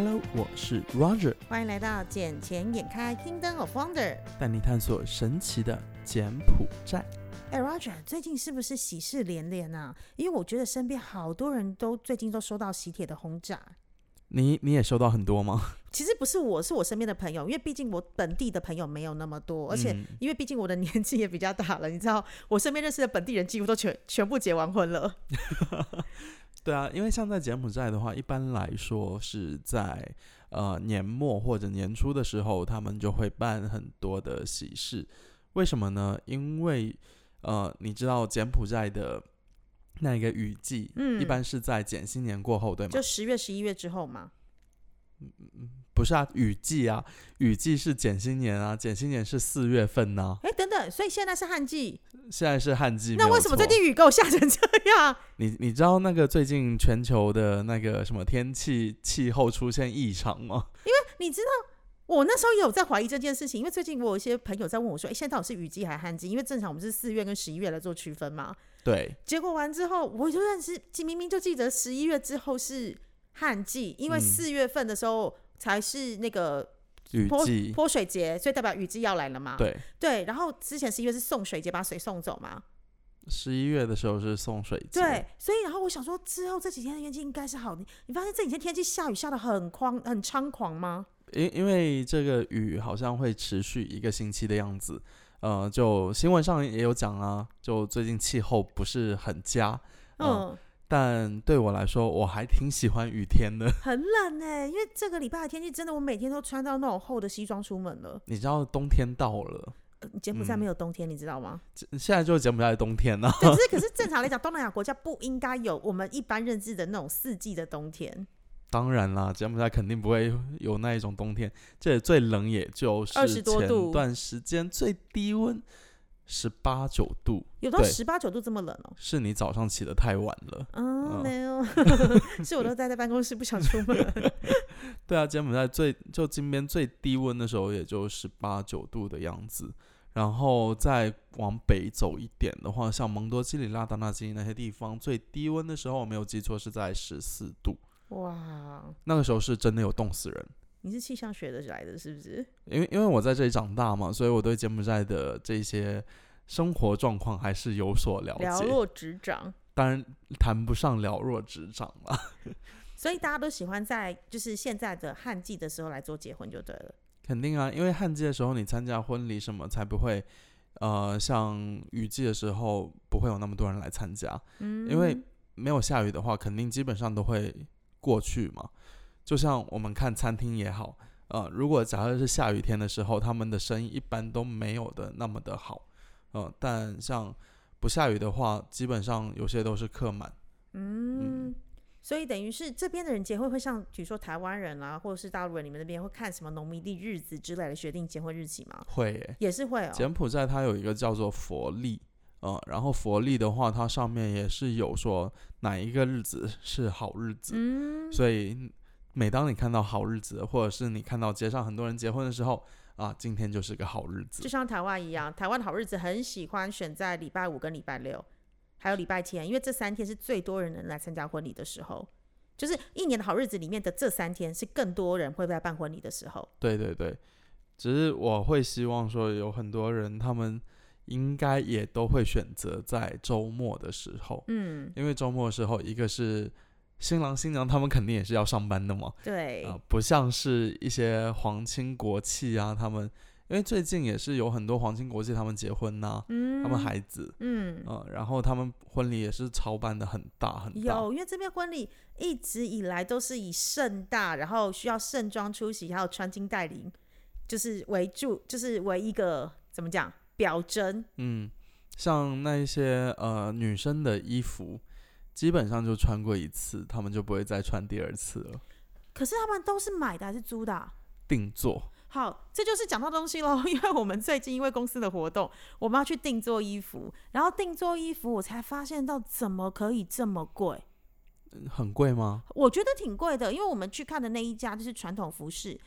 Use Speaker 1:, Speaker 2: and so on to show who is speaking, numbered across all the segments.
Speaker 1: 哦
Speaker 2: 是 Roger，
Speaker 1: 欢迎来到《捡钱眼开 Kingdom of Wonder》。
Speaker 2: 带你探索神奇的柬埔寨。
Speaker 1: 哎，Roger，最近是不是喜事连连啊？因为我觉得身边好多人都最近都收到喜帖的轰炸。
Speaker 2: 你你也收到很多吗？
Speaker 1: 其实不是我，是我身边的朋友，因为毕竟我本地的朋友没有那么多，而且
Speaker 2: 嗯
Speaker 1: 因为毕竟我的年纪也比较大了，你知道，我身边认识的本地人几乎都全全部结完婚了。
Speaker 2: 嗯对啊，因为像在柬埔寨的话，一般来说是在呃年末或者年初的时候，他们就会办很多的喜事。为什么呢？因为呃，你知道柬埔寨的那一个雨季，
Speaker 1: 嗯
Speaker 2: 一般是在柬新年过后，对吗
Speaker 1: 就？十月、十一月之后嘛。
Speaker 2: 不是啊，雨季啊，雨季是柬新年啊，柬新年是四月份呐、
Speaker 1: 哎，等等，所以现在是旱季，
Speaker 2: 现在是旱季。
Speaker 1: 那
Speaker 2: 没有
Speaker 1: 为什么
Speaker 2: 错
Speaker 1: 最近雨给我下成这样？
Speaker 2: 你你知道那个最近全球的那个什么天气气候出现异常吗？
Speaker 1: 你知道，我那时候也有在怀疑这件事情，因为最近我有一些朋友在问我说：“哎、现在到底是雨季还是旱季？”因为正常我们是四月跟十一月来做区分嘛。
Speaker 2: 对，
Speaker 1: 结果完之后，我就认识，明明就记得十一月之后是旱季，因为
Speaker 2: 嗯
Speaker 1: 四月份的时候才是那个
Speaker 2: 雨
Speaker 1: 泼
Speaker 2: 季，
Speaker 1: 泼水节，所以代表雨季要来了嘛。
Speaker 2: 对，
Speaker 1: 对然后之前十一月是送水节，把水送走嘛。
Speaker 2: 十一月的时候是送水节，
Speaker 1: 对，所以然后我想说，之后这几天的天气应该是好的。你发现这几天天气下雨下的很狂，很猖狂吗？
Speaker 2: 因因为这个雨好像会持续一个星期的样子，呃，就新闻上也有讲啊，就最近气候不是很佳，嗯，
Speaker 1: 嗯
Speaker 2: 但对我来说我还挺喜欢雨天的。
Speaker 1: 很冷哎、因为这个礼拜的天气真的，我每天都穿到那种厚的西装出门了。
Speaker 2: 你知道冬天到了，
Speaker 1: 呃柬埔寨
Speaker 2: 嗯
Speaker 1: 没有冬天，你知道 吗？
Speaker 2: 这现在就是柬埔寨的冬天了、
Speaker 1: 对，只是可是正常来讲，东南亚国家不应该有我们一般认知的那种四季的冬天，
Speaker 2: 当然啦，柬埔寨肯定不会有那一种冬天，这里最冷也就是
Speaker 1: 20多度
Speaker 2: 前段时间最低温十八九度，
Speaker 1: 有到
Speaker 2: 对
Speaker 1: 十八九度这么冷哦、
Speaker 2: 是你早上起得太晚了。
Speaker 1: 啊，
Speaker 2: 嗯
Speaker 1: 没 有，是我都待在办公室不想出门。
Speaker 2: 对啊，柬埔寨最就今边最低温的时候也就十八九度的样子，然后再往北走一点的话，像蒙多基里、拉达纳基那些地方，最低温的时候我没有记错是在十四度，
Speaker 1: 哇，
Speaker 2: 那个时候是真的有冻死人。
Speaker 1: 你是气象学的来的，是不是？
Speaker 2: 因为因为我在这里长大嘛，所以我对柬埔寨的这些生活状况还是有所了
Speaker 1: 了
Speaker 2: 解。
Speaker 1: 若指掌。
Speaker 2: 当然谈不上了 若指掌啦，
Speaker 1: 所以大家都喜欢在就是现在的旱季的时候来做结婚就对了。
Speaker 2: 肯定啊，因为旱季的时候你参加婚礼什么才不会，呃，像雨季的时候不会有那么多人来参加，
Speaker 1: 嗯，
Speaker 2: 因为没有下雨的话，肯定基本上都会过去嘛。就像我们看餐厅也好，呃，如果假设是下雨天的时候，他们的生意一般都没有的那么的好，呃，但像不下雨的话，基本上有些都是客满。
Speaker 1: 嗯，所以等于是这边的人结婚会像，比如说台湾人啊，或者是大陆人，你们那边会看什么农民历日子之类的决定结婚日期吗？
Speaker 2: 会耶、
Speaker 1: 也是会哦。
Speaker 2: 柬埔寨它有一个叫做佛历，呃，然后佛历的话，它上面也是有说哪一个日子是好日子，
Speaker 1: 嗯，
Speaker 2: 所以每当你看到好日子，或者是你看到街上很多人结婚的时候，啊，今天就是个好日
Speaker 1: 就
Speaker 2: 子。
Speaker 1: 像台湾一样，台湾好日子很喜欢选在礼拜五跟礼拜六，还有礼拜天，因为这三天是最多人能来参加婚礼的时候。就是一年的好日子里面的这三天，是更多人会来办婚礼的时候。
Speaker 2: 对对对，只是我会希望说，有很多人他们应该也都会选择在周末的时候，
Speaker 1: 嗯，
Speaker 2: 因为周末的时候，一个是新郎新娘他们肯定也是要上班的嘛，
Speaker 1: 对，
Speaker 2: 啊、不像是一些皇亲国戚啊，他们因为最近也是有很多皇亲国戚他们结婚呐、
Speaker 1: 嗯，
Speaker 2: 他们孩子，
Speaker 1: 嗯，
Speaker 2: 嗯、然后他们婚礼也是操办的很大很大，
Speaker 1: 有，因为这边婚礼一直以来都是以盛大，然后需要盛装出席，还有穿金戴银，就是为主，就是为一个怎么讲表征。
Speaker 2: 嗯，像那一些呃女生的衣服，基本上就穿过一次，他们就不会再穿第二次了，
Speaker 1: 可是他们都是买的还是租的啊、
Speaker 2: 定做。
Speaker 1: 好，这就是讲到东西喽。 因为我们最近因为公司的活动，我们要去定做衣服，然后定做衣服，我才发现到怎么可以这么贵。
Speaker 2: 嗯很贵吗？
Speaker 1: 我觉得挺贵的，因为我们去看的那一家就是传统服饰，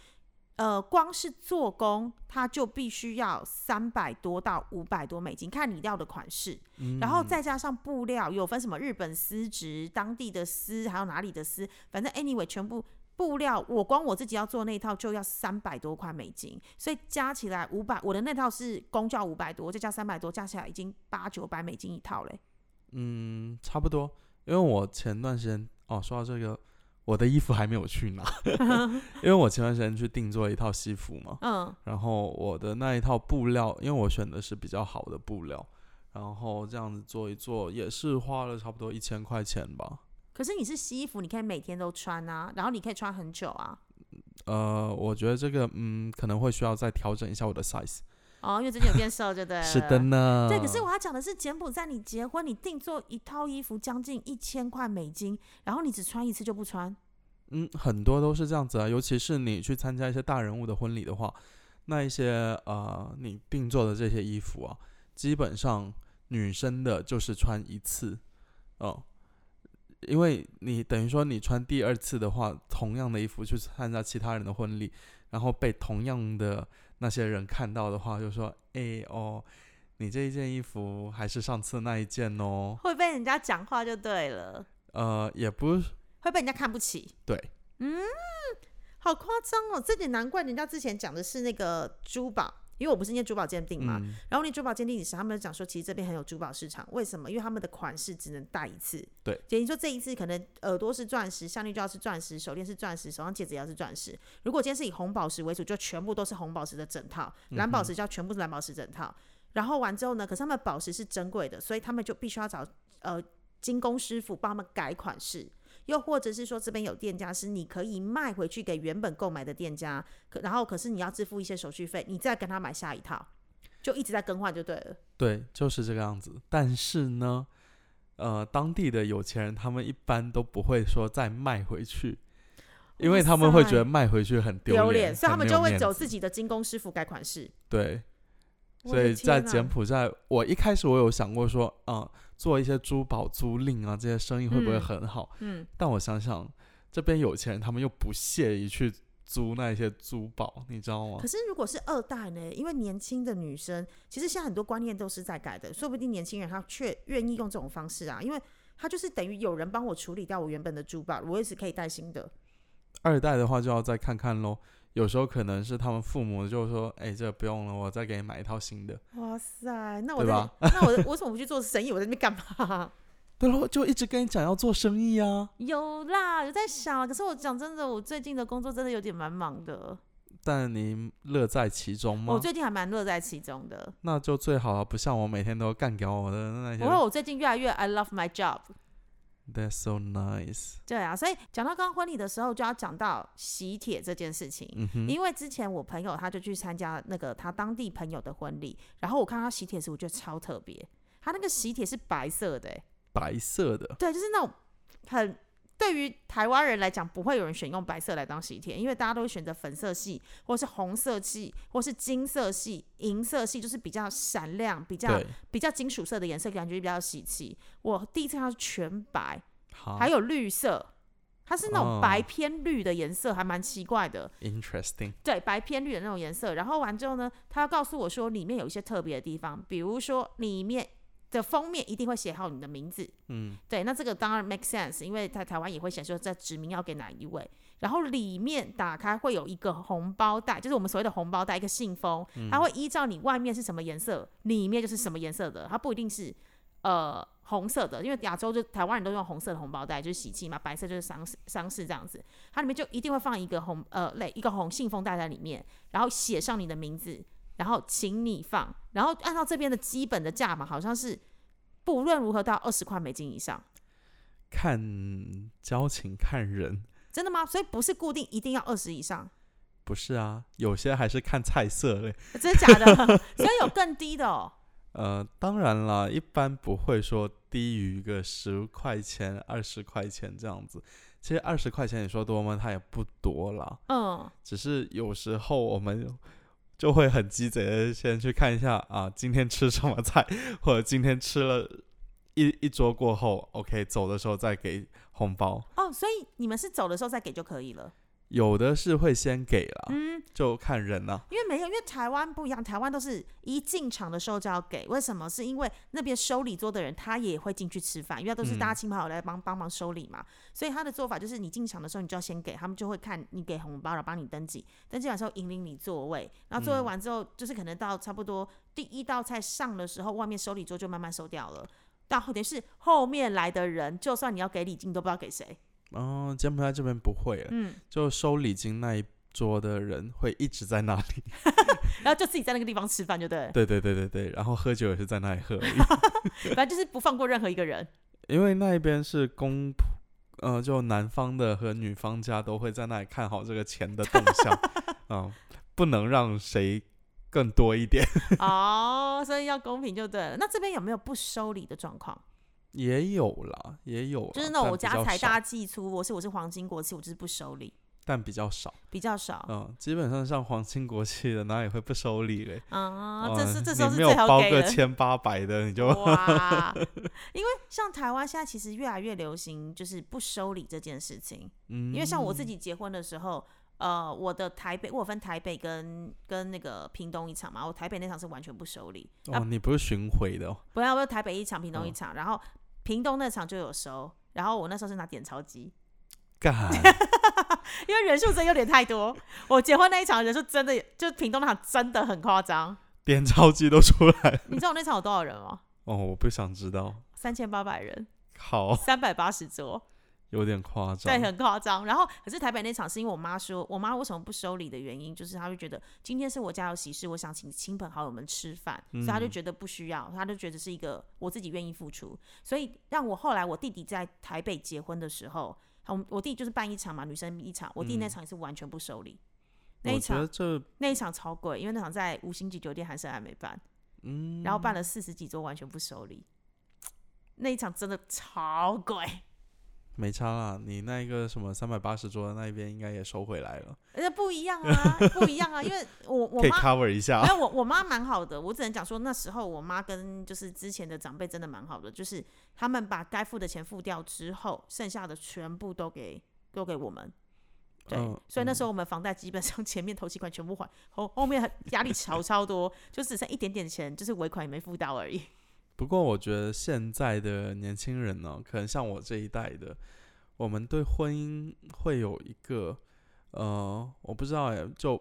Speaker 1: 呃，光是做工它就必须要三百多到五百多美金，看你料的款式，
Speaker 2: 嗯、
Speaker 1: 然后再加上布料，有分什么日本丝质、当地的丝，还有哪里的丝，反正 anyway 全部布料，我光我自己要做那一套就要三百多块美金，所以加起来五百，我的那套是公教五百多，再加三百多，加起来已经八九百美金一套嘞。
Speaker 2: 嗯，差不多。因为我前段时间哦，说到这个，我的衣服还没有去拿， 因为我前段时间去定做一套西服嘛，
Speaker 1: 嗯，
Speaker 2: 然后我的那一套布料，因为我选的是比较好的布料，然后这样子做一做，也是花了差不多一千块钱吧。
Speaker 1: 可是你是西服，你可以每天都穿啊，然后你可以穿很久啊。
Speaker 2: 呃，我觉得这个嗯，可能会需要再调整一下我的 size。
Speaker 1: 哦，因为最近有变瘦，就对了。
Speaker 2: 是的。呢。
Speaker 1: 呃对，可是我要讲的是，柬埔寨你结婚，你定做一套衣服将近一千块美金，然后你只穿一次就不穿，
Speaker 2: 嗯，很多都是这样子啊，尤其是你去参加一些大人物的婚礼的话，那一些呃，你定做的这些衣服啊，基本上女生的就是穿一次，哦、因为你等于说你穿第二次的话，同样的衣服去参加其他人的婚礼，然后被同样的那些人看到的话，就说，哎哦，你这一件衣服还是上次那一件哦，
Speaker 1: 会被人家讲话就对了，
Speaker 2: 呃，也不是
Speaker 1: 会被人家看不起。嗯
Speaker 2: 对，
Speaker 1: 好夸张哦！这点难怪人家之前讲的是那个珠宝，因为我不是念珠宝鉴定嘛，
Speaker 2: 嗯，
Speaker 1: 然后念珠宝鉴定师，他们讲说，其实这边很有珠宝市场，为什么？因为他们的款式只能戴一次，
Speaker 2: 对，
Speaker 1: 等于说这一次可能耳朵是钻石，项链就要是钻石，手链是钻石，手上戒指也要是钻石。如果今天是以红宝石为主，就全部都是红宝石的整套，
Speaker 2: 嗯
Speaker 1: 蓝宝石就要全部是蓝宝石整套。然后完之后呢，可是他们宝石是珍贵的，所以他们就必须要找呃精工师傅帮他们改款式。又或者是说，这边有店家是你可以卖回去给原本购买的店家，可然后可是你要支付一些手续费，你再跟他买下一套，就一直在更换就对了。
Speaker 2: 对，就是这个样子。但是呢，呃，当地的有钱人他们一般都不会说再卖回去，因为他们会觉得卖回去很
Speaker 1: 丢
Speaker 2: 脸，
Speaker 1: 所以他
Speaker 2: 很
Speaker 1: 们
Speaker 2: 没
Speaker 1: 就
Speaker 2: 有
Speaker 1: 会
Speaker 2: 面
Speaker 1: 走
Speaker 2: 子
Speaker 1: 自己的精工师傅改款式。
Speaker 2: 对。
Speaker 1: 我
Speaker 2: 所
Speaker 1: 的
Speaker 2: 以在
Speaker 1: 天啊
Speaker 2: 柬埔寨，我一开始我有想过说，啊、做一些珠宝租赁啊，这些生意会不会
Speaker 1: 嗯
Speaker 2: 很好？
Speaker 1: 嗯，
Speaker 2: 但我想想，这边有钱人他们又不屑于去租那些珠宝，你知道吗
Speaker 1: 可？是如果是二代呢？因为年轻的女生，其实现在很多观念都是在改的，说不定年轻人他却愿意用这种方式啊，因为他就是等于有人帮我处理掉我原本的珠宝，我也是可以带新的。
Speaker 2: 二代的话就要再看看喽。有时候可能是他们父母就说：“哎、这个不用了，我再给你买一套新的。”
Speaker 1: 哇塞，那我
Speaker 2: 对
Speaker 1: 在
Speaker 2: 吧
Speaker 1: 那我我为什么不去做生意？我在那边干嘛？
Speaker 2: 对了，我就一直跟你讲要做生意啊，
Speaker 1: 有啦，有在想。可是我讲真的，我最近的工作真的有点蛮忙的，
Speaker 2: 但你乐在其中吗？
Speaker 1: 我最近还蛮乐在其中的。
Speaker 2: 那就最好啊了，不像我每天都干掉我的那些
Speaker 1: 不。过我最近越来越 I love my job。
Speaker 2: That's so nice。
Speaker 1: 对啊，所以讲到刚刚婚礼的时候，就要讲到喜帖这件事情。
Speaker 2: 嗯哼，
Speaker 1: 因为之前我朋友他就去参加那个他当地朋友的婚礼，然后我看他喜帖时，我觉得超特别。他那个喜帖是白色的、欸，
Speaker 2: 白色的，
Speaker 1: 对，就是那种很对于台湾人来讲，不会有人选用白色来当喜帖，因为大家都会选择粉色系，或是红色系，或是金色系、银色系，就是比较闪亮、比较
Speaker 2: 对，
Speaker 1: 比较金属色的颜色，感觉比较喜气。我第一次看到是全白，
Speaker 2: 好
Speaker 1: 还有绿色，它是那种
Speaker 2: 啊哦
Speaker 1: 白偏绿的颜色，还蛮奇怪的。
Speaker 2: interesting。
Speaker 1: 对，白偏绿的那种颜色。然后完之后呢，他告诉我说里面有一些特别的地方，比如说里面的封面一定会写好你的名字。
Speaker 2: 嗯，
Speaker 1: 对，那这个当然 make sense，因为在台湾也会显示在指名要给哪一位。然后里面打开会有一个红包袋，就是我们所谓的红包袋，一个信封，它会依照你外面是什么颜色，里面就是什么颜色的，它不一定是呃红色的，因为亚洲就台湾人都用红色的红包袋，就是喜气嘛，白色就是丧事丧事这样子，它里面就一定会放一个红呃类一个红信封袋在里面，然后写上你的名字，然后请你放，然后按照这边的基本的价码，好像是不论如何到二十块美金以上。
Speaker 2: 看交情看人，
Speaker 1: 真的吗？所以不是固定一定要二十以上，
Speaker 2: 不是啊，有些还是看菜色嘞。
Speaker 1: 真的假的？ 所以有更低的哦。
Speaker 2: 呃，当然啦，一般不会说低于个十块钱、二十块钱这样子。其实二十块钱你说多吗？它也不多啦。
Speaker 1: 嗯，
Speaker 2: 只是有时候我们就会很鸡贼的先去看一下啊，今天吃什么菜，或者今天吃了一一桌过后，OK，走的时候再给红包。
Speaker 1: 哦，所以你们是走的时候再给就可以了。
Speaker 2: 有的是会先给啦，
Speaker 1: 嗯，
Speaker 2: 就看人啦、
Speaker 1: 因为没有，因为台湾不一样，台湾都是一进场的时候就要给。为什么？是因为那边收礼桌的人他也会进去吃饭，因为都是大家亲朋好友来帮帮忙收礼嘛。所以他的做法就是，你进场的时候你就要先给，他们就会看你给红包了，帮你登记，登记完之后引领你座位，然后座位完之后，就是可能到差不多第一道菜上的时候，外面收礼桌就慢慢收掉了。到后点是后面来的人，就算你要给礼金，你都不知道给谁。
Speaker 2: 哦，柬埔寨这边不会了，
Speaker 1: 嗯，
Speaker 2: 就收礼金那一桌的人会一直在那里。
Speaker 1: 然后就自己在那个地方吃饭，就对了，
Speaker 2: 对对对对对，然后喝酒也是在那里喝而已，
Speaker 1: 反正就是不放过任何一个人。
Speaker 2: 因为那一边是公仆，呃，就男方的和女方家都会在那里看好这个钱的动向，嗯、不能让谁更多一点。
Speaker 1: 哦，所以要公平就对了。那这边有没有不收礼的状况？
Speaker 2: 也有啦，也有啦，
Speaker 1: 就是那种我
Speaker 2: 但
Speaker 1: 家
Speaker 2: 比较
Speaker 1: 财
Speaker 2: 少
Speaker 1: 大气粗，我是我是黄金国戚，我就是不收礼，
Speaker 2: 但比较少。
Speaker 1: 比较少。
Speaker 2: 嗯，基本上像皇亲国戚的哪里会不收礼嘞？
Speaker 1: 啊、
Speaker 2: 嗯
Speaker 1: 这是这时候
Speaker 2: 你
Speaker 1: 是
Speaker 2: 没有
Speaker 1: 最好
Speaker 2: 包
Speaker 1: 给
Speaker 2: 个
Speaker 1: 的。哦
Speaker 2: 千八百的，你就
Speaker 1: 哇，因为像台湾现在其实越来越流行，就是不收礼这件事情。
Speaker 2: 嗯，
Speaker 1: 因为像我自己结婚的时候，呃，我的台北我有分台北跟跟那个屏东一场嘛，我台北那场是完全不收礼，
Speaker 2: 哦，你不是巡回的、哦，
Speaker 1: 不要不要台北一场，屏东一
Speaker 2: 嗯
Speaker 1: 场，然后屏东那场就有收，然后我那时候是拿点钞机，
Speaker 2: 干
Speaker 1: 因为人数真有点太多。我结婚那一场人数真的，就屏东那场真的很夸张。
Speaker 2: 点钞机都出来了。
Speaker 1: 你知道我那场有多少人吗？
Speaker 2: 哦，我不想知道，
Speaker 1: 三千八百人，
Speaker 2: 好，
Speaker 1: 三百八十桌，
Speaker 2: 有点夸张。
Speaker 1: 对，很夸张。然后，可是台北那场是因为我妈说，我妈为什么不收礼的原因，就是她会觉得今天是我家有喜事，我想请亲朋好友们吃饭，所以她就
Speaker 2: 嗯
Speaker 1: 觉得不需要，她就觉得是一个我自己愿意付出，所以让我后来我弟弟在台北结婚的时候，我我弟就是办一场嘛，女生一场，我弟那场也是完全不收礼，那一
Speaker 2: 嗯我觉
Speaker 1: 场
Speaker 2: 得这，
Speaker 1: 那一场超贵，因为那场在五星级酒店韩盛还没办，
Speaker 2: 嗯，
Speaker 1: 然后办了四十几桌，完全不收礼。那一场真的超贵，
Speaker 2: 没差啦。你那一个什么三百八十桌的那一边应该也收回来了，
Speaker 1: 而且不一样啊，不一样啊，因为我我
Speaker 2: 可以
Speaker 1: 妈
Speaker 2: cover 一下
Speaker 1: 没。有我我妈蛮好的，我只能讲说那时候我妈跟就是之前的长辈真的蛮好的，就是他们把该付的钱付掉之后，剩下的全部都给都给我们。对，
Speaker 2: 嗯
Speaker 1: 所以那时候我们房贷基本上 前面头期款全部还，后后面压力超超多，就只剩一点点钱，就是尾款也没付到 而已。
Speaker 2: 不过我觉得现在的年轻人呢、可能像我这一代的，我们对婚姻会有一个呃，我不知道哎，就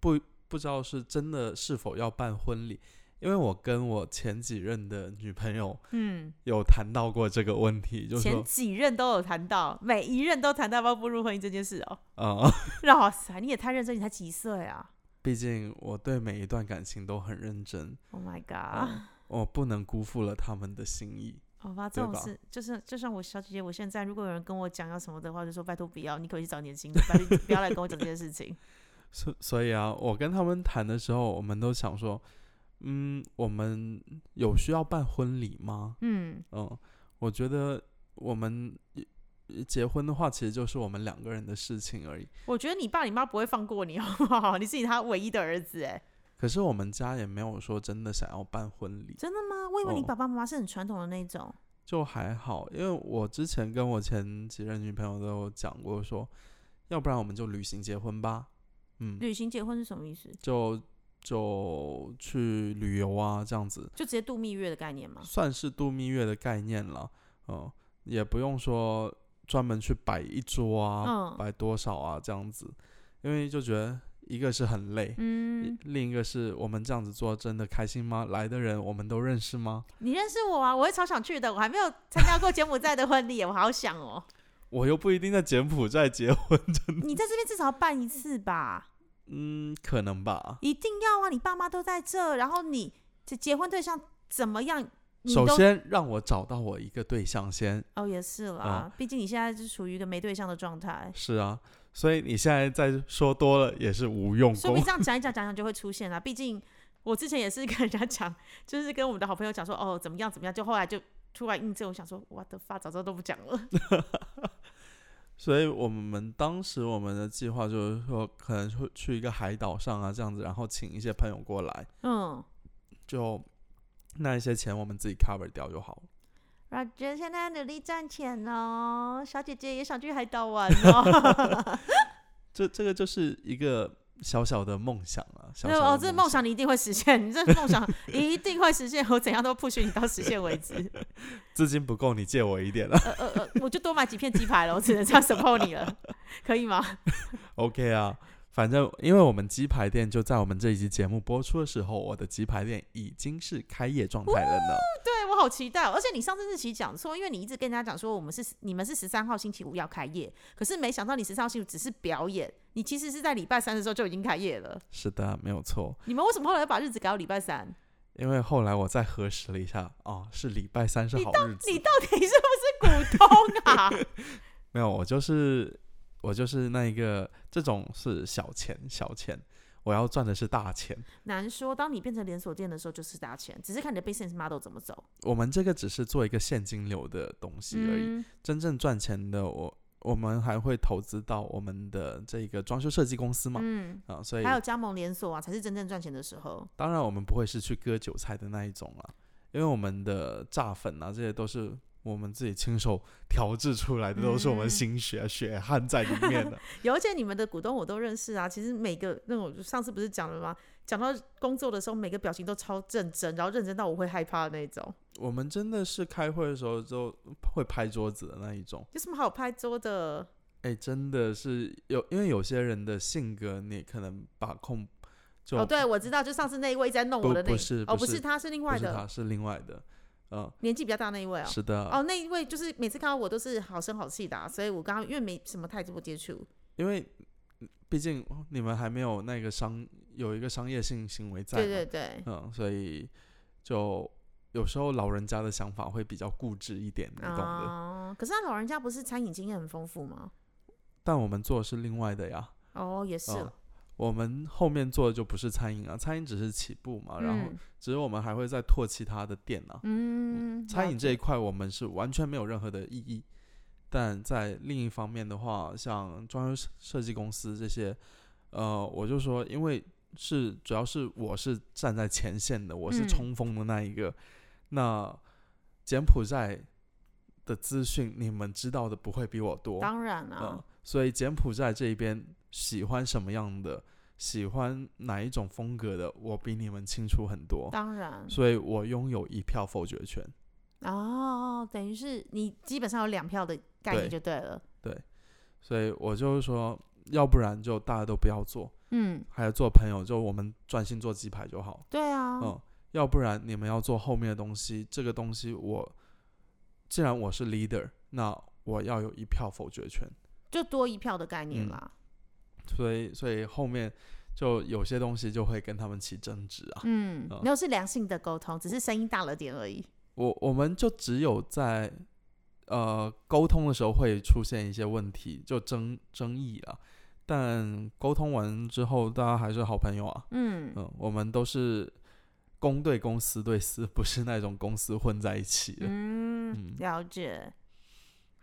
Speaker 2: 不不知道是真的是否要办婚礼，因为我跟我前几任的女朋友
Speaker 1: 嗯，
Speaker 2: 有谈到过这个问题，就是
Speaker 1: 前
Speaker 2: 说，
Speaker 1: 几任都有谈到，每一任都谈到要不要步入婚姻这件事哦、
Speaker 2: 呃，
Speaker 1: 哇塞，你也太认真，你才几岁啊
Speaker 2: 毕竟我对每一段感情都很认真，
Speaker 1: ？Oh my
Speaker 2: 嗯
Speaker 1: god！
Speaker 2: 我不能辜负了他们的心 意。
Speaker 1: 好吧，这种
Speaker 2: 吧
Speaker 1: 事就是，就像我小姐姐，我现在如果有人跟我讲要什么的话，就说拜托不要，你可不可以去找年轻人，拜托你不要来跟我讲这件事情。
Speaker 2: 所所以啊，我跟他们谈的时候，我们都想说，嗯，我们有需要办婚礼吗？
Speaker 1: 嗯，
Speaker 2: 嗯，我觉得我们呃结婚的话，其实就是我们两个人的事情而已。
Speaker 1: 我觉得你爸你妈不会放过你，好不好？你 是你他唯一的儿子，哎，
Speaker 2: 可是我们家也没有说真的想要办婚礼，
Speaker 1: 真的吗？我以为你
Speaker 2: 哦
Speaker 1: 爸爸妈妈是很传统的那种。
Speaker 2: 就还好，因为我之前跟我前几任女朋友都有讲过说，要不然我们就旅行结婚吧，嗯，
Speaker 1: 旅行结婚是什么意思？
Speaker 2: 就就去旅游啊这样子，
Speaker 1: 就直接度蜜月的概 念吗？
Speaker 2: 算是度蜜月的概念了，嗯，也不用说专门去摆一桌啊，
Speaker 1: 嗯
Speaker 2: 摆多少啊这样子，因为就觉得一个是很累，
Speaker 1: 嗯
Speaker 2: 一，另一个是我们这样子做真的开心吗？来的人我们都认识吗？
Speaker 1: 你认识我啊？我会超想去的，我还没有参加过柬埔寨的婚礼，我好想哦。
Speaker 2: 我又不一定在柬埔寨结婚，
Speaker 1: 你在这边至少要办一次吧？
Speaker 2: 嗯，可能吧。
Speaker 1: 一定要啊！你爸妈都在这，然后你这结婚对象怎么样？你
Speaker 2: 首
Speaker 1: 都
Speaker 2: 先让我找到我一个对象先，
Speaker 1: 哦，也是啦，
Speaker 2: 啊
Speaker 1: 毕竟你现在是处于一个没对象的状态，
Speaker 2: 是啊，所以你现在再说多了也是无用
Speaker 1: 说不
Speaker 2: 功
Speaker 1: 定。这样讲一讲讲讲就会出现啦。毕竟我之前也是跟人家讲，就是跟我们的好朋友讲说，哦，怎么样怎么样，就后来就突然印证，我想说，我的发早知道都不讲 了。
Speaker 2: 所以我们当时我们的计划就是说，可能会去一个海岛上啊，这样子，然后请一些朋友过来，
Speaker 1: 嗯，
Speaker 2: 就那一些钱我们自己 cover 掉就好了。
Speaker 1: 然后觉得现 在努力赚钱哦，小姐姐也想去海岛玩哦。
Speaker 2: 这这个就是一个小小的梦想啊，小
Speaker 1: 没
Speaker 2: 小
Speaker 1: 有
Speaker 2: 的
Speaker 1: 哦，这
Speaker 2: 梦
Speaker 1: 梦想你一定会实现，你 这梦想一定会实现，我怎样都不许你到实现为止。
Speaker 2: 资金不够，你借我一点 啊
Speaker 1: 呃呃呃，我就多买几片鸡排了，我只能这样 support 你了， 可以吗？
Speaker 2: ，OK 啊。反正，因为我们鸡排店就在我们这一集节目播出的时候，我的鸡排店已经是开业状态了呢。
Speaker 1: 对我好期待哦、而且你上次日期讲错，因为你一直跟人家讲说我们是你们是十三号星期五要开业，可是没想到你十三号星期五只是表演，你其实是在礼拜三的时候就已经开业了。
Speaker 2: 是的，没有错。
Speaker 1: 你们为什么后来把日子改到礼拜三？
Speaker 2: 因为后来我再核实了一下，哦，是礼拜三是好日子
Speaker 1: 你。到底是不是股东啊？
Speaker 2: 没有，我就是我就是那一个，这种是小钱小钱，我要赚的是大钱。
Speaker 1: 难说，当你变成连锁店的时候，就是大钱，只是看你的 business model 怎么走。
Speaker 2: 我们这个只是做一个现金流的东西而已，
Speaker 1: 嗯
Speaker 2: 真正赚钱的我。我们还会投资到我们的这个装修设计公司嘛？
Speaker 1: 嗯，
Speaker 2: 啊，所以
Speaker 1: 还有加盟连锁啊，才是真正赚钱的时候。
Speaker 2: 当然我们不会是去割韭菜的那一种啦，因为我们的炸粉啊，这些都是我们自己亲手 调制出来的，都是我们
Speaker 1: 嗯
Speaker 2: 心血啊血汗在里面的。
Speaker 1: 有，而且你们的股东我都认识啊。其实每个那种上次不是讲了吗？讲到工作的时候，每个表情都超认真，然后认真到我会害怕的那种。
Speaker 2: 我们真的是开会的时候就会拍桌子的那一种。
Speaker 1: 有什么好拍桌的？
Speaker 2: 哎、真的是有，因为有些人的性格你可能把控就
Speaker 1: 哦，对，我知道，就上次那一位在弄我的那
Speaker 2: 不不是
Speaker 1: 哦，
Speaker 2: 不
Speaker 1: 不
Speaker 2: 是
Speaker 1: 是他，是另
Speaker 2: 不
Speaker 1: 外
Speaker 2: 是
Speaker 1: 的
Speaker 2: 他是另外的，嗯，
Speaker 1: 年纪比较大那一位哦。
Speaker 2: 是啊的，
Speaker 1: 哦，那一位就是每次看到我都是好声好气的、啊，所以我刚刚因为没什么太多接触，
Speaker 2: 因为毕竟你们还没有那个商有一个商业性行为在，
Speaker 1: 对对， 对，
Speaker 2: 嗯，所以就有时候老人家的想法会比较固执一点，你懂的。
Speaker 1: 哦，可是他老人家不是餐饮经验很丰富吗？
Speaker 2: 但我们做的是另外的呀，
Speaker 1: 哦，也是
Speaker 2: 嗯
Speaker 1: 了，
Speaker 2: 我们后面做的就不是餐饮啊，餐饮只是起步嘛，然后
Speaker 1: 嗯
Speaker 2: 只是我们还会再拓其他的店啊。
Speaker 1: 嗯，
Speaker 2: 餐
Speaker 1: 了
Speaker 2: 饮
Speaker 1: 解
Speaker 2: 这一块我们是完全没有任何的异议，但在另一方面的话，像装修设计公司这些，呃，我就说，因为是主要是我是站在前线的，我是
Speaker 1: 嗯
Speaker 2: 冲锋的那一个，那柬埔寨的资讯你们知道的不会比我多，
Speaker 1: 当然啊啦、
Speaker 2: 嗯，所以柬埔寨这边喜欢什么样的，喜欢哪一种风格的，我比你们清楚很多，
Speaker 1: 当然
Speaker 2: 哦所以我拥有一票否决权。
Speaker 1: 哦，等于是你基本上有两票的概念
Speaker 2: 对
Speaker 1: 就对了，
Speaker 2: 所以我就是说，要不然就大家都不要做，
Speaker 1: 嗯，
Speaker 2: 还有做朋友，就我们专心做鸡排就好。
Speaker 1: 对啊，
Speaker 2: 嗯，要不然你们要做后面的东西，这个东西我既然我是 leader，那我要有一票否决权。
Speaker 1: 就多一票的概念
Speaker 2: 嗯
Speaker 1: 啦，
Speaker 2: 所以，所以后面就有些东西就会跟他们起争执啊。
Speaker 1: 嗯，
Speaker 2: 嗯
Speaker 1: 没有是良性的沟通，只是声音大了点而已，
Speaker 2: 我我们就只有在呃沟通的时候会出现一些问题，就争争议啊。但沟通完之后，大家还是好朋友啊。
Speaker 1: 嗯
Speaker 2: 嗯，我们都是公对公，私对私， 不是那种公私混在一起的。
Speaker 1: 嗯，了解。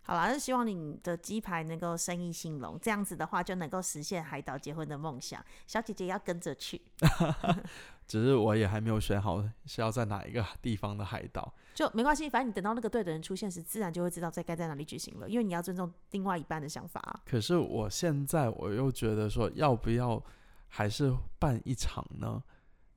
Speaker 1: 好啦，就希望你的鸡排能够生意兴隆，这样子的话就能够实现海岛结婚的梦想。小姐姐要跟着去，
Speaker 2: 只是我也还没有选好是要在哪一个地方的海岛。
Speaker 1: 就没关系，反正你等到那个对的人出现时，自然就会知道在该在哪里举行了，因为你要尊重另外一半的想法啊。
Speaker 2: 可是我现在我又觉得说，要不要还是办一场呢？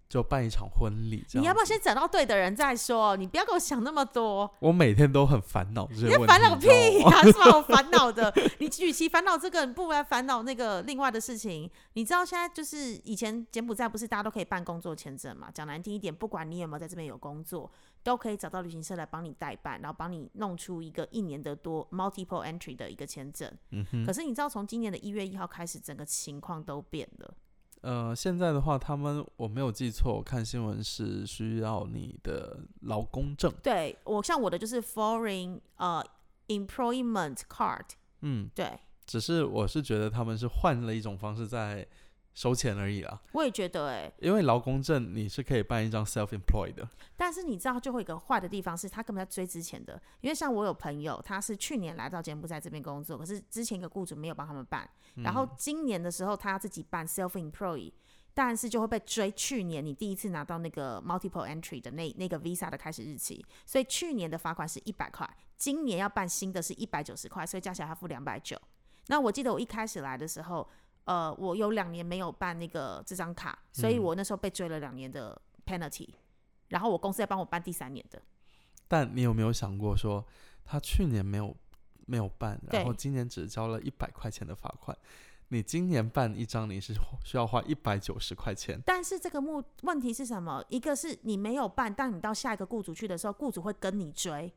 Speaker 2: 就办一场婚礼这样。
Speaker 1: 你要不要？先找到对的人再说？你不要给我想那么多，
Speaker 2: 我每天都很烦恼这
Speaker 1: 你
Speaker 2: 些
Speaker 1: 在
Speaker 2: 问题。哦
Speaker 1: 烦恼
Speaker 2: 你
Speaker 1: 屁
Speaker 2: 知 道吗
Speaker 1: 呀、有什么好烦恼的？你与其烦恼这个，你不如来烦恼那个另外的事情。你知道现在就是以前柬埔寨不是大家都可以办工作签证嘛？讲难听一点，不管你有没有在这边有工作，都可以找到旅行社来帮你代办，然后帮你弄出一个一年的多 multiple entry 的一个签证。
Speaker 2: 嗯哼，
Speaker 1: 可是你知道，从今年的一月一号开始，整个情况都变了。
Speaker 2: 呃，现在的话，他们我没有记错，我看新闻是需要你的劳工证。
Speaker 1: 对我像我的就是 foreign 呃 employment card，
Speaker 2: 嗯，
Speaker 1: 对
Speaker 2: 只是我是觉得他们是换了一种方式在收钱而已啦，
Speaker 1: 我也觉得哎、
Speaker 2: 因为劳工证你是可以办一张 self employed 的，
Speaker 1: 但是你知道，就会有一个坏的地方是，他根本在追之前的。因为像我有朋友，他是去年来到柬埔寨这边工作，可是之前一个雇主没有帮他们办，然后今年的时候他要自己办 self employee，但是就会被追去年你第一次拿到那个 multiple entry 的那那个 visa 的开始日期，所以去年的罚款是一百块，今年要办新的是一百九十块，所以加起来他付两百九。那我记得我一开始来的时候。呃，我有两年没有办那个这张卡，所以
Speaker 2: 嗯
Speaker 1: 我那时候被追了两年的 penalty，、然后我公司在帮我办第三年的。
Speaker 2: 但你有没有想过说，他去年没有没有办，然后
Speaker 1: 对
Speaker 2: 今年只交了一百块钱的罚款，你今年办一张你是需要花一百九十块钱，
Speaker 1: 但是这个目问题是什么？一个是你没有办，但你到下一个雇主去的时候，雇主会跟你追。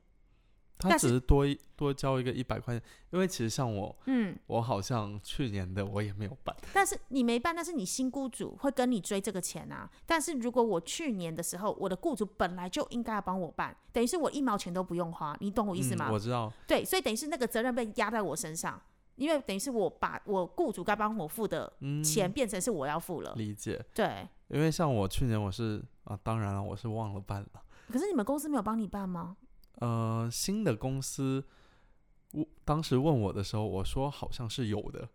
Speaker 2: 他
Speaker 1: 但
Speaker 2: 只
Speaker 1: 是
Speaker 2: 是多一多交一个一百块钱，因为其实像我，
Speaker 1: 嗯，
Speaker 2: 我好像去年的我也没有办，
Speaker 1: 但是你没办，但是你新雇主会跟你追这个钱啊。但是如果我去年的时候，我的雇主本来就应该要帮我办，等于是我一毛钱都不用花，你懂我意思
Speaker 2: 嗯
Speaker 1: 吗？
Speaker 2: 我知道，
Speaker 1: 对，所以等于是那个责任被压在我身上，因为等于是我把我雇主该帮我付的
Speaker 2: 嗯，
Speaker 1: 钱变成是我要付了。
Speaker 2: 理解，
Speaker 1: 对，
Speaker 2: 因为像我去年我是啊，当然了，我是忘了办了，
Speaker 1: 可是你们公司没有帮你办吗？
Speaker 2: 呃，新的公司。我当时问我的时候，我说好像是有的，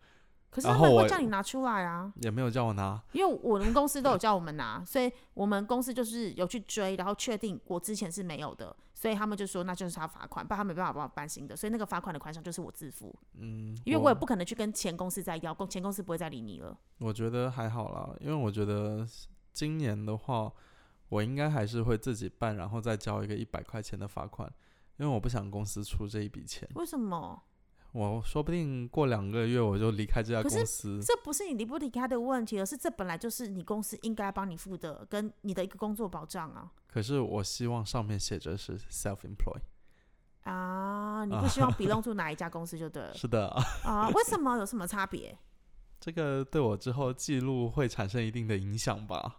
Speaker 1: 可是
Speaker 2: 然
Speaker 1: 他
Speaker 2: 后
Speaker 1: 们
Speaker 2: 我
Speaker 1: 会叫你拿出来啊。
Speaker 2: 也没有叫我拿。
Speaker 1: 因为我们公司都有叫我们拿，所以我们公司就是有去追，然后确定我之前是没有的，所以他们就说那就是他罚款，不然他没办法帮我办新的，所以那个罚款的款项就是我自付，
Speaker 2: 嗯，
Speaker 1: 因为我也不可能去跟前公司再要，公前公司不会再理你了。
Speaker 2: 我觉得还好啦，因为我觉得今年的话，我应该还是会自己办，然后再交一个一百块钱的罚款，因为我不想公司出这一笔钱。
Speaker 1: 为什么？
Speaker 2: 我说不定过两个月我就离开这家
Speaker 1: 可是
Speaker 2: 公司。
Speaker 1: 这不是你离不离开的问题，而是这本来就是你公司应该帮你付的，跟你的一个工作保障啊
Speaker 2: 可是我希望上面写着是 self-employed。
Speaker 1: 啊！你不希望 belong to 哪一家公司就对了
Speaker 2: 是的，
Speaker 1: 啊？为什么有什么差别？
Speaker 2: 这个对我之后记录会产生一定的影响吧？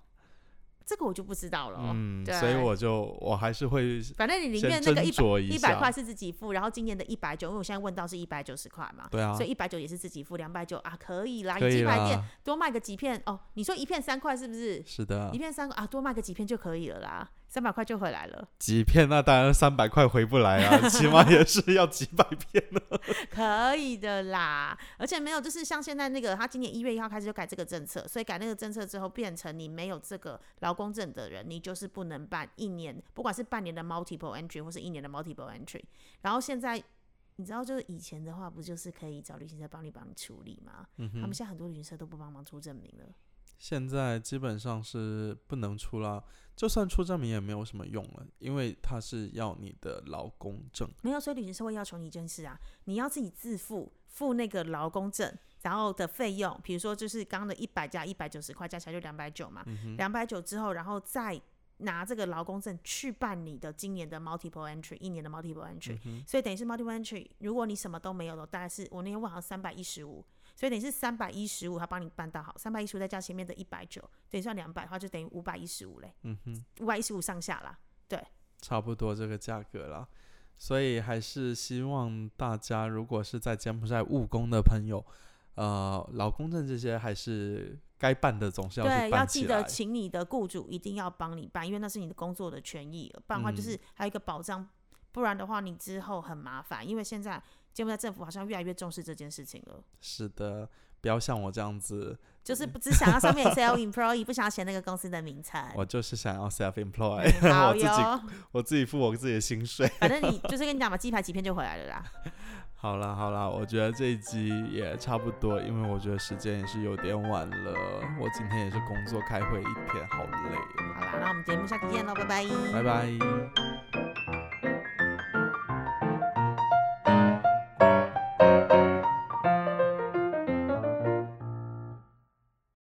Speaker 1: 这个我就不知道了哦。
Speaker 2: 嗯，所以
Speaker 1: 对
Speaker 2: 我就我还是会先
Speaker 1: 反正你里面那
Speaker 2: 斟
Speaker 1: 个一百
Speaker 2: 酌
Speaker 1: 一百
Speaker 2: 下。
Speaker 1: 块是自己付，然后今年的一百九，因为我现在问到是一百九十块嘛，
Speaker 2: 对啊
Speaker 1: 所，以一百九也是自己付，两百九啊，可以啦，
Speaker 2: 可
Speaker 1: 你
Speaker 2: 以
Speaker 1: 鸡排店
Speaker 2: 啦，
Speaker 1: 多卖个几片哦，你说一片三块是不是？
Speaker 2: 是的
Speaker 1: 一，片三块啊，多卖个几片就可以了啦，三百块就回来了，
Speaker 2: 几片那当然三百块回不来 啊，起码也是要几百片的。
Speaker 1: 可以的啦。而且没有，就是像现在那个，他今年一月一号开始就改这个政策，所以改那个政策之后，变成你没有这个劳工证的人，你就是不能办一年，不管是半年的 multiple entry 或是一年的 multiple entry。然后现在你知道，就是以前的话，不就是可以找旅行社帮你帮你处理吗？
Speaker 2: 嗯
Speaker 1: 他
Speaker 2: 哼
Speaker 1: 们，现在很多旅行社都不帮忙出证明了。
Speaker 2: 现在基本上是不能出啦，就算出证明也没有什么用了，因为它是要你的劳工证。
Speaker 1: 没有，所以旅行社会要求你一件事啊，你要自己自付付那个劳工证，然后的费用，比如说就是刚刚的一百加一百九十块，加起来就两百九嘛，两百九之后，然后再拿这个劳工证去办你的今年的 multiple entry，一年的 multiple entry，、所以等于是 multiple entry，如果你什么都没有的，大概是我那天问好像三百一十五。所以等于是三百一十五，他帮你办到好，三百一十五再加前面的一百九，等于算两百的话，就等于五百一十五嘞，
Speaker 2: 嗯哼，
Speaker 1: 五百一十五上下啦。
Speaker 2: 差不多这个价格啦。所以还是希望大家，如果是在柬埔寨务工的朋友，呃，劳工证这些还是该办的总是要
Speaker 1: 对，
Speaker 2: 去
Speaker 1: 要
Speaker 2: 办
Speaker 1: 记
Speaker 2: 起
Speaker 1: 得
Speaker 2: 来。
Speaker 1: 请你的雇主一定要帮你办，因为那是你的工作的权益，不然的话就
Speaker 2: 嗯
Speaker 1: 是还有一个保障，不然的话你之后很麻烦。因为现在柬埔寨政府好像越来越重视这件事情了，
Speaker 2: 是的，不要像我这样子，
Speaker 1: 就是
Speaker 2: 嗯
Speaker 1: 不只想要上面 sell employee，不想要写那个公司的名称。
Speaker 2: 我就是想要 self-employed，、
Speaker 1: 哎嗯好
Speaker 2: 我自己
Speaker 1: 哟，
Speaker 2: 我自己付我自己的薪水。
Speaker 1: 反正你就是跟你讲嘛，鸡排几片就回来了啦。
Speaker 2: 好啦好啦，我觉得这一集也差不多，因为我觉得时间也是有点晚了。我今天也是工作开会一天，好累哦。
Speaker 1: 好啦，那我们节目下期见喽，拜拜
Speaker 2: 拜拜。